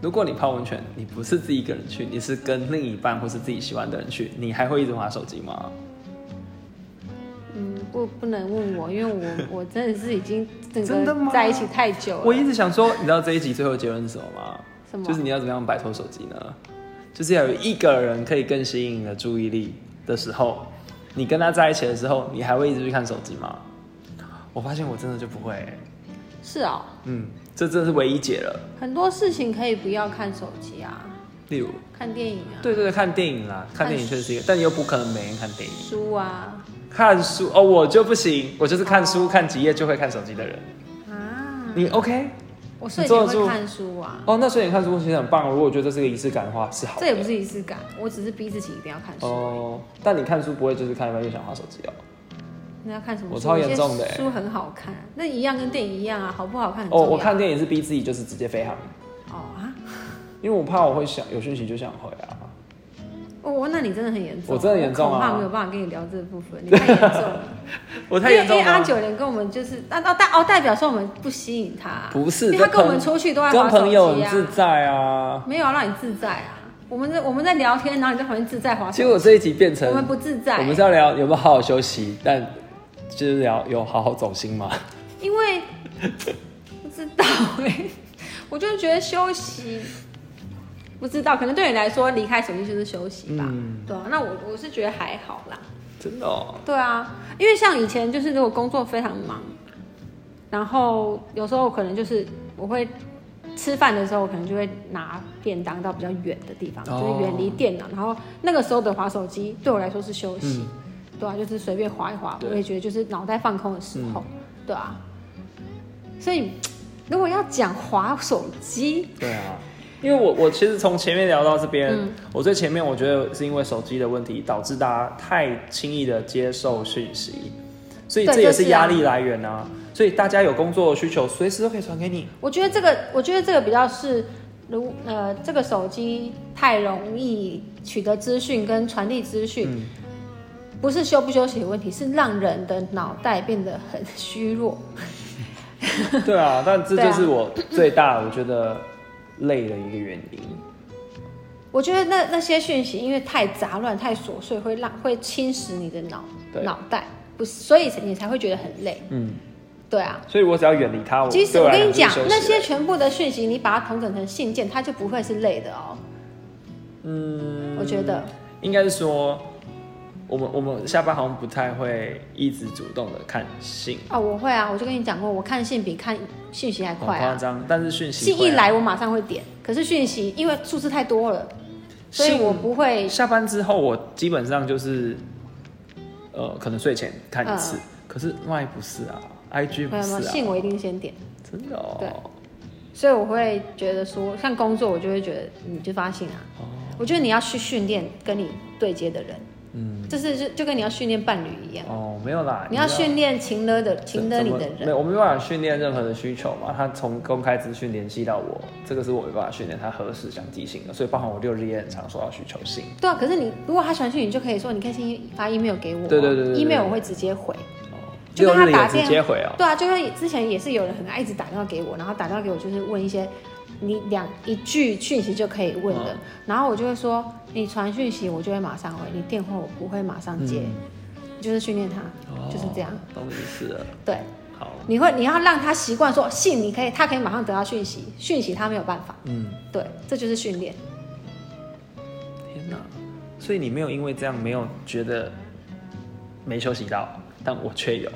[SPEAKER 1] 如果你泡温泉，你不是自己一个人去，你是跟另一半或是自己喜欢的人去，你还会一直划手机吗？
[SPEAKER 2] 嗯，不不能问我，因为我 我真的是已经整
[SPEAKER 1] 真的吗
[SPEAKER 2] 个在一起太久了。
[SPEAKER 1] 我一直想说，你知道这一集最后结论是什么吗？
[SPEAKER 2] 什么
[SPEAKER 1] 就是你要怎么样摆脱手机呢？就是要有一个人可以更吸引你的注意力的时候，你跟他在一起的时候，你还会一直去看手机吗？我发现我真的就不会、
[SPEAKER 2] 是哦，
[SPEAKER 1] 嗯，这真的是唯一解了。
[SPEAKER 2] 很多事情可以不要看手机啊，
[SPEAKER 1] 例如，
[SPEAKER 2] 看电影啊，
[SPEAKER 1] 对对对，看电影啦，看电影确实是一个，但你又不可能每天看电影。
[SPEAKER 2] 书啊
[SPEAKER 1] 看书哦，我就不行，我就是看书看几页就会看手机的人。
[SPEAKER 2] 啊，
[SPEAKER 1] 你 OK？
[SPEAKER 2] 我睡
[SPEAKER 1] 你坐
[SPEAKER 2] 前
[SPEAKER 1] 得住
[SPEAKER 2] 会看书啊，
[SPEAKER 1] 哦，那所以你看书其实很棒。如果觉得这是个仪式感的话，是好
[SPEAKER 2] 这
[SPEAKER 1] 的。
[SPEAKER 2] 也不是仪式感，我只是逼自己一定要看书。
[SPEAKER 1] 哦，但你看书不会就是看一半就想划手机哦。
[SPEAKER 2] 那要看什么书？
[SPEAKER 1] 我超严重的欸
[SPEAKER 2] 有些书很好看，那一样跟电影一样啊，好不好看很重
[SPEAKER 1] 哦，
[SPEAKER 2] 要。
[SPEAKER 1] 我看电影是逼自己就是直接飞航，
[SPEAKER 2] 哦啊，
[SPEAKER 1] 因为我怕我会想有讯息就想回啊。
[SPEAKER 2] 我、我哦那你真的很严重，
[SPEAKER 1] 我真的严重啊
[SPEAKER 2] 我恐怕没有办法跟你聊这部分，你太严重 了，
[SPEAKER 1] 我太严重啊
[SPEAKER 2] 因为因为阿
[SPEAKER 1] 了。
[SPEAKER 2] 九连跟我们就是，那那代哦代表说我们不吸引他、啊
[SPEAKER 1] 不是
[SPEAKER 2] 因为他跟我们出去都在
[SPEAKER 1] 跟
[SPEAKER 2] 划手
[SPEAKER 1] 朋友很
[SPEAKER 2] 机啊，
[SPEAKER 1] 自在啊。
[SPEAKER 2] 没有啊让你自在啊，我们在我们在聊天，然后你在旁边自在划
[SPEAKER 1] 结
[SPEAKER 2] 手
[SPEAKER 1] 果
[SPEAKER 2] 机，
[SPEAKER 1] 这一集变成
[SPEAKER 2] 我们不自在、
[SPEAKER 1] 我们是要聊有没有好好休息，但就是聊有好好走心吗？
[SPEAKER 2] 因为不知道哎、我就觉得休息，不知道，可能对你来说离开手机就是休息吧，
[SPEAKER 1] 嗯
[SPEAKER 2] 对啊，那我我是觉得还好啦，
[SPEAKER 1] 真的哦。
[SPEAKER 2] 对啊，因为像以前就是如果工作非常忙，然后有时候可能就是我会吃饭的时候，我可能就会拿便当到比较远的地方，
[SPEAKER 1] 哦
[SPEAKER 2] 就是远离电脑，然后那个时候的划手机对我来说是休息，对啊，就是随便划一划，
[SPEAKER 1] 对
[SPEAKER 2] 我也觉得就是脑袋放空的时候，对啊，所以如果要讲划手机，
[SPEAKER 1] 对啊，因为我我其实从前面聊到这边，
[SPEAKER 2] 嗯
[SPEAKER 1] 我最前面我觉得是因为手机的问题导致大家太轻易的接受讯息，所以
[SPEAKER 2] 对
[SPEAKER 1] 这也
[SPEAKER 2] 这
[SPEAKER 1] 是
[SPEAKER 2] 是啊
[SPEAKER 1] 压力来源啊。所以大家有工作的需求，随时都可以传给你。
[SPEAKER 2] 我觉得这个，我觉得这个比较是，如呃，这个手机太容易取得资讯跟传递资讯，
[SPEAKER 1] 嗯
[SPEAKER 2] 不是休不休息的问题，是让人的脑袋变得很虚弱。
[SPEAKER 1] 对啊，但这
[SPEAKER 2] 对啊
[SPEAKER 1] 就是我最大我觉得累的一个原因。
[SPEAKER 2] 我觉得那那些讯息因为太杂乱、太琐碎，会让会侵蚀你的脑
[SPEAKER 1] 对
[SPEAKER 2] 脑袋，不是，所以你才会觉得很累。
[SPEAKER 1] 嗯，
[SPEAKER 2] 对啊，
[SPEAKER 1] 所以我只要远离它，我
[SPEAKER 2] 其实
[SPEAKER 1] 哦对
[SPEAKER 2] 我
[SPEAKER 1] 来
[SPEAKER 2] 跟你讲
[SPEAKER 1] 就是休，息
[SPEAKER 2] 那些全部的讯息，你把它统整成信件，它就不会是累的哦。嗯，我觉得
[SPEAKER 1] 应该是说，我们我们下班好像不太会一直主动的看信，
[SPEAKER 2] 哦，我会啊，我就跟你讲过，我看信比看讯息还
[SPEAKER 1] 很
[SPEAKER 2] 快
[SPEAKER 1] 夸
[SPEAKER 2] 啊。
[SPEAKER 1] 张，但是讯哦息
[SPEAKER 2] 信一
[SPEAKER 1] 会啊
[SPEAKER 2] 来我马上会点，可是讯息因为数字太多了，所以
[SPEAKER 1] 信
[SPEAKER 2] 我不会。
[SPEAKER 1] 下班之后，我基本上就是，呃，可能睡前看一次，
[SPEAKER 2] 嗯
[SPEAKER 1] 可是 Line 不是啊，IG
[SPEAKER 2] 没
[SPEAKER 1] 不
[SPEAKER 2] 有没
[SPEAKER 1] 是
[SPEAKER 2] 有，
[SPEAKER 1] 啊，
[SPEAKER 2] 信我一定先点，
[SPEAKER 1] 真的哦，
[SPEAKER 2] 所以我会觉得说，像嗯
[SPEAKER 1] 哦
[SPEAKER 2] 工作我就会觉得你就发信啊，我觉得你要去训练跟你对接的人，
[SPEAKER 1] 嗯，
[SPEAKER 2] 这是就就跟你要训练伴侣一样，
[SPEAKER 1] 哦，没有啦，
[SPEAKER 2] 你要训练情勒的情勒你的
[SPEAKER 1] 没
[SPEAKER 2] 人，
[SPEAKER 1] 有，我没办法训练任何的需求嘛。他从公开资讯联系到我，这个是我没办法训练他何时想寄信的，所以包含我六日也很常收到需求信。
[SPEAKER 2] 对啊。可是你如果他喜欢去，你就可以说，你可以先发 email 给我啊，
[SPEAKER 1] 对对对对对
[SPEAKER 2] e m a i l 我会直接回。
[SPEAKER 1] 哦，
[SPEAKER 2] 就
[SPEAKER 1] 六
[SPEAKER 2] 跟他
[SPEAKER 1] 日也
[SPEAKER 2] 打
[SPEAKER 1] 直
[SPEAKER 2] 电
[SPEAKER 1] 接回哦、
[SPEAKER 2] 对啊，就跟之前也是有人很爱一直打电话给我，然后打电话给我就是问一些你两一句讯息就可以问的，
[SPEAKER 1] 嗯
[SPEAKER 2] 然后我就会说你传讯息我就会马上回，你电话我不会马上接，就是训练他，
[SPEAKER 1] 嗯哦
[SPEAKER 2] 就是这样。
[SPEAKER 1] 懂你意思了。
[SPEAKER 2] 对，
[SPEAKER 1] 好，
[SPEAKER 2] 你会你要让他习惯说信你可以，他可以马上得到讯息，讯息他没有办法，
[SPEAKER 1] 嗯，
[SPEAKER 2] 对，这就是训练。
[SPEAKER 1] 天哪！所以你没有因为这样没有觉得没休息到，但我却有，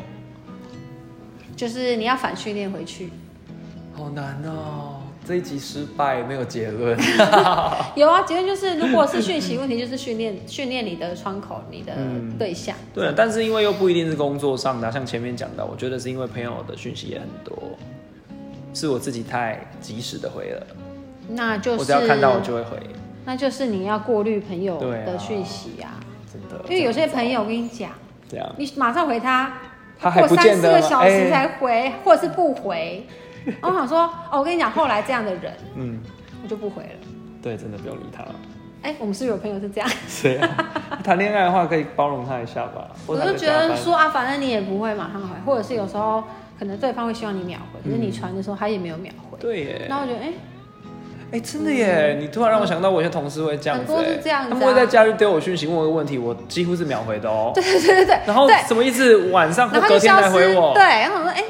[SPEAKER 2] 就是你要反训练回去，
[SPEAKER 1] 好难哦、这一集失败没有结论，
[SPEAKER 2] 有啊，结论就是，如果是 讯息问题，就是训练训练你的窗口，你的
[SPEAKER 1] 嗯
[SPEAKER 2] 对象。
[SPEAKER 1] 对啊，但是因为又不一定是工作上的啊、像前面讲的，我觉得是因为朋友的讯息也很多，是我自己太及时的回了，
[SPEAKER 2] 那就是
[SPEAKER 1] 我只要看到我就会回，
[SPEAKER 2] 那就是你要过滤朋友
[SPEAKER 1] 对啊
[SPEAKER 2] 的讯息啊，
[SPEAKER 1] 真的。
[SPEAKER 2] 因为有些朋友我跟你讲，
[SPEAKER 1] 这样，
[SPEAKER 2] 你马上回他，
[SPEAKER 1] 嗯他还
[SPEAKER 2] 过
[SPEAKER 1] 不
[SPEAKER 2] 三
[SPEAKER 1] 见
[SPEAKER 2] 四
[SPEAKER 1] 得哎
[SPEAKER 2] 个小时才回，或者是不回。然后我想说，哦，我跟你讲，后来这样的人
[SPEAKER 1] 嗯，
[SPEAKER 2] 我就不回了。
[SPEAKER 1] 对，真的不用理他。
[SPEAKER 2] 哎，我们是不是有朋友是这样？
[SPEAKER 1] 谁啊？谈恋爱的话可以包容他一下吧。
[SPEAKER 2] 我
[SPEAKER 1] 或者他
[SPEAKER 2] 就
[SPEAKER 1] 在
[SPEAKER 2] 觉
[SPEAKER 1] 加
[SPEAKER 2] 得
[SPEAKER 1] 班
[SPEAKER 2] 说啊，反正你也不会马上回，或者是有时候可能对方会希望你秒回，可是你传的时候他也没有秒回。
[SPEAKER 1] 嗯对耶，
[SPEAKER 2] 然后我觉得，哎，
[SPEAKER 1] 哎、真的耶！你突然让我想到，我有些同事会这样子、哎
[SPEAKER 2] 很多是这样子啊
[SPEAKER 1] 他们会在假日丢我讯息，问我一个问题，我几乎是秒回的哦、
[SPEAKER 2] 对对对对，
[SPEAKER 1] 然后
[SPEAKER 2] 对
[SPEAKER 1] 什么意思？晚上或
[SPEAKER 2] 然后
[SPEAKER 1] 隔
[SPEAKER 2] 就
[SPEAKER 1] 天
[SPEAKER 2] 消
[SPEAKER 1] 才
[SPEAKER 2] 失，
[SPEAKER 1] 回我？
[SPEAKER 2] 对，然后我说，哎、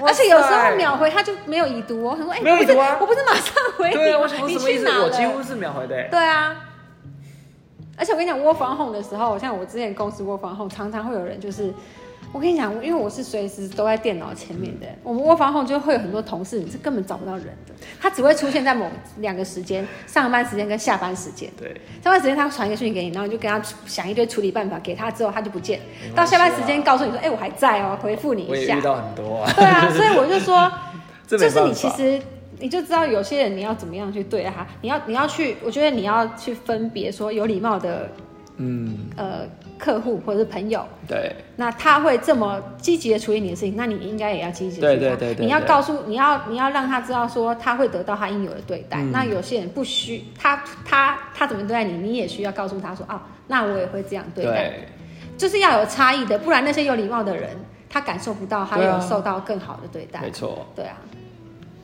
[SPEAKER 1] 哇
[SPEAKER 2] 而且有时
[SPEAKER 1] 塞
[SPEAKER 2] 候秒回他就没有已读哦，我想说，哎、
[SPEAKER 1] 没有
[SPEAKER 2] 我
[SPEAKER 1] 已
[SPEAKER 2] 不是
[SPEAKER 1] 读啊
[SPEAKER 2] 我不是马上回你
[SPEAKER 1] 对啊，
[SPEAKER 2] 吗，
[SPEAKER 1] 我想说
[SPEAKER 2] 你
[SPEAKER 1] 什么意
[SPEAKER 2] 去
[SPEAKER 1] 思
[SPEAKER 2] 哪？了？
[SPEAKER 1] 我几乎是秒回的、欸。
[SPEAKER 2] 对啊。而且我跟你讲，窝防控的时候，像我之前公司窝防控，常常会有人就是，我跟你讲，因为我是随时都在电脑前面的，我们窝防控就会有很多同事，你是根本找不到人的，他只会出现在某两个时间，上班时间跟下班时间。
[SPEAKER 1] 对，
[SPEAKER 2] 上班时间他传一个讯息给你，然后你就跟他想一堆处理办法给他，之后他就不见
[SPEAKER 1] 没关系。啊
[SPEAKER 2] 到下班时间告诉你说，哎、我还在哦，回复你
[SPEAKER 1] 我
[SPEAKER 2] 一
[SPEAKER 1] 也
[SPEAKER 2] 下
[SPEAKER 1] 遇。到很多啊。
[SPEAKER 2] 对啊，所以我就说，
[SPEAKER 1] 这
[SPEAKER 2] 就
[SPEAKER 1] 没
[SPEAKER 2] 是
[SPEAKER 1] 办
[SPEAKER 2] 你
[SPEAKER 1] 法。
[SPEAKER 2] 其实你就知道有些人你要怎么样去对他，你要你要去，我觉得你要去分别说有礼貌的
[SPEAKER 1] 嗯，
[SPEAKER 2] 呃客户或者是朋友，
[SPEAKER 1] 对，
[SPEAKER 2] 那他会这么积极的处理你的事情，那你应该也要积极地
[SPEAKER 1] 对
[SPEAKER 2] 处理他。
[SPEAKER 1] 对对对
[SPEAKER 2] 你要
[SPEAKER 1] 对
[SPEAKER 2] 告诉你要你要让他知道说他会得到他应有的对待。
[SPEAKER 1] 嗯
[SPEAKER 2] 那有些人不需他他他怎么对待你，你也需要告诉他说啊，那我也会这样对待，
[SPEAKER 1] 对，
[SPEAKER 2] 就是要有差异的，不然那些有礼貌的人他感受不到他
[SPEAKER 1] 对啊
[SPEAKER 2] 有受到更好的对待。
[SPEAKER 1] 没错，
[SPEAKER 2] 对啊，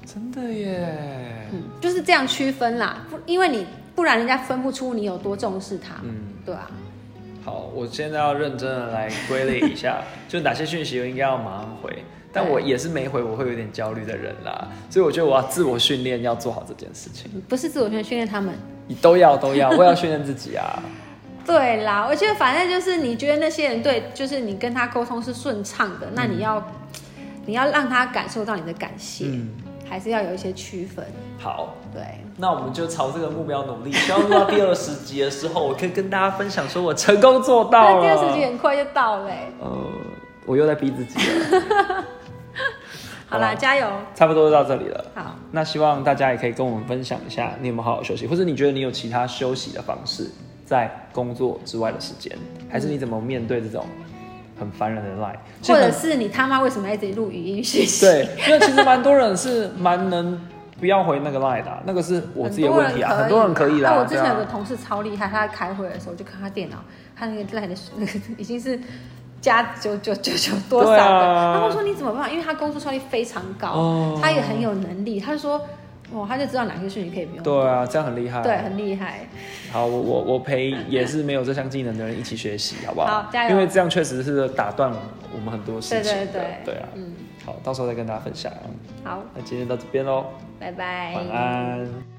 [SPEAKER 1] 真的耶。
[SPEAKER 2] 嗯，就是这样区分啦，不因为你不然人家分不出你有多重视他，
[SPEAKER 1] 嗯，
[SPEAKER 2] 对啊，
[SPEAKER 1] 好，我现在要认真的来归类 一下，就哪些讯息我应该要马上回，但我也是没回我会有点焦虑的人啦，所以我觉得我要自我训练，要做好这件事情。
[SPEAKER 2] 不是自我训练训练他们。
[SPEAKER 1] 你都要都要，我也要训练自 己啊。
[SPEAKER 2] 对啦，我觉得反正就是你觉得那些人对，就是你跟他沟通是顺畅的，那你要你要让他感受到你的感谢，
[SPEAKER 1] 嗯，
[SPEAKER 2] 还是要有一些区分。
[SPEAKER 1] 好，
[SPEAKER 2] 对，
[SPEAKER 1] 那我们就朝这个目标努力。希望录到第二十集的时候，我可以跟大家分享说我成功做到
[SPEAKER 2] 那
[SPEAKER 1] 了。
[SPEAKER 2] 第二十集很快就到嘞、
[SPEAKER 1] 呃，我又在逼自己了。
[SPEAKER 2] 好啦，
[SPEAKER 1] 好
[SPEAKER 2] 加油！
[SPEAKER 1] 差不多就到这里了。
[SPEAKER 2] 好，
[SPEAKER 1] 那希望大家也可以跟我们分享一下，你有没有好好休息，或者你觉得你有其他休息的方式，在工作之外的时间，还是你怎么面对这种很烦人的 line，
[SPEAKER 2] 或者是你他妈为什么要一直录语音讯息？
[SPEAKER 1] 对，因为其实蛮多人是蛮能不要回那个 line 的啊、那个是我自己的问题啊，很
[SPEAKER 2] 很
[SPEAKER 1] 多
[SPEAKER 2] 多人
[SPEAKER 1] 人可以
[SPEAKER 2] 啦。
[SPEAKER 1] 啦。
[SPEAKER 2] 那我之前
[SPEAKER 1] 对啊
[SPEAKER 2] 有个同事超厉害，他在开会的时候就看他电脑，他那个赖的已经是加九九九九多少
[SPEAKER 1] 对
[SPEAKER 2] 的。
[SPEAKER 1] 啊
[SPEAKER 2] 然后我说你怎么办？因为他工作效率非常高，
[SPEAKER 1] 哦
[SPEAKER 2] 他也很有能力。他就说哦，他就知道哪些讯息可以不用。
[SPEAKER 1] 对啊，这样很厉害。
[SPEAKER 2] 对，很厉害。
[SPEAKER 1] 好，我我我陪也是没有这项技能的人一起学习，好不好？
[SPEAKER 2] 好加油
[SPEAKER 1] 因为这样确实是打断我们很多事
[SPEAKER 2] 对
[SPEAKER 1] 情的。
[SPEAKER 2] 对对，
[SPEAKER 1] 啊，
[SPEAKER 2] 嗯，
[SPEAKER 1] 好，到时候再跟大家分享。
[SPEAKER 2] 好，哎
[SPEAKER 1] 那今天到这边喽，
[SPEAKER 2] 拜拜。
[SPEAKER 1] 晚安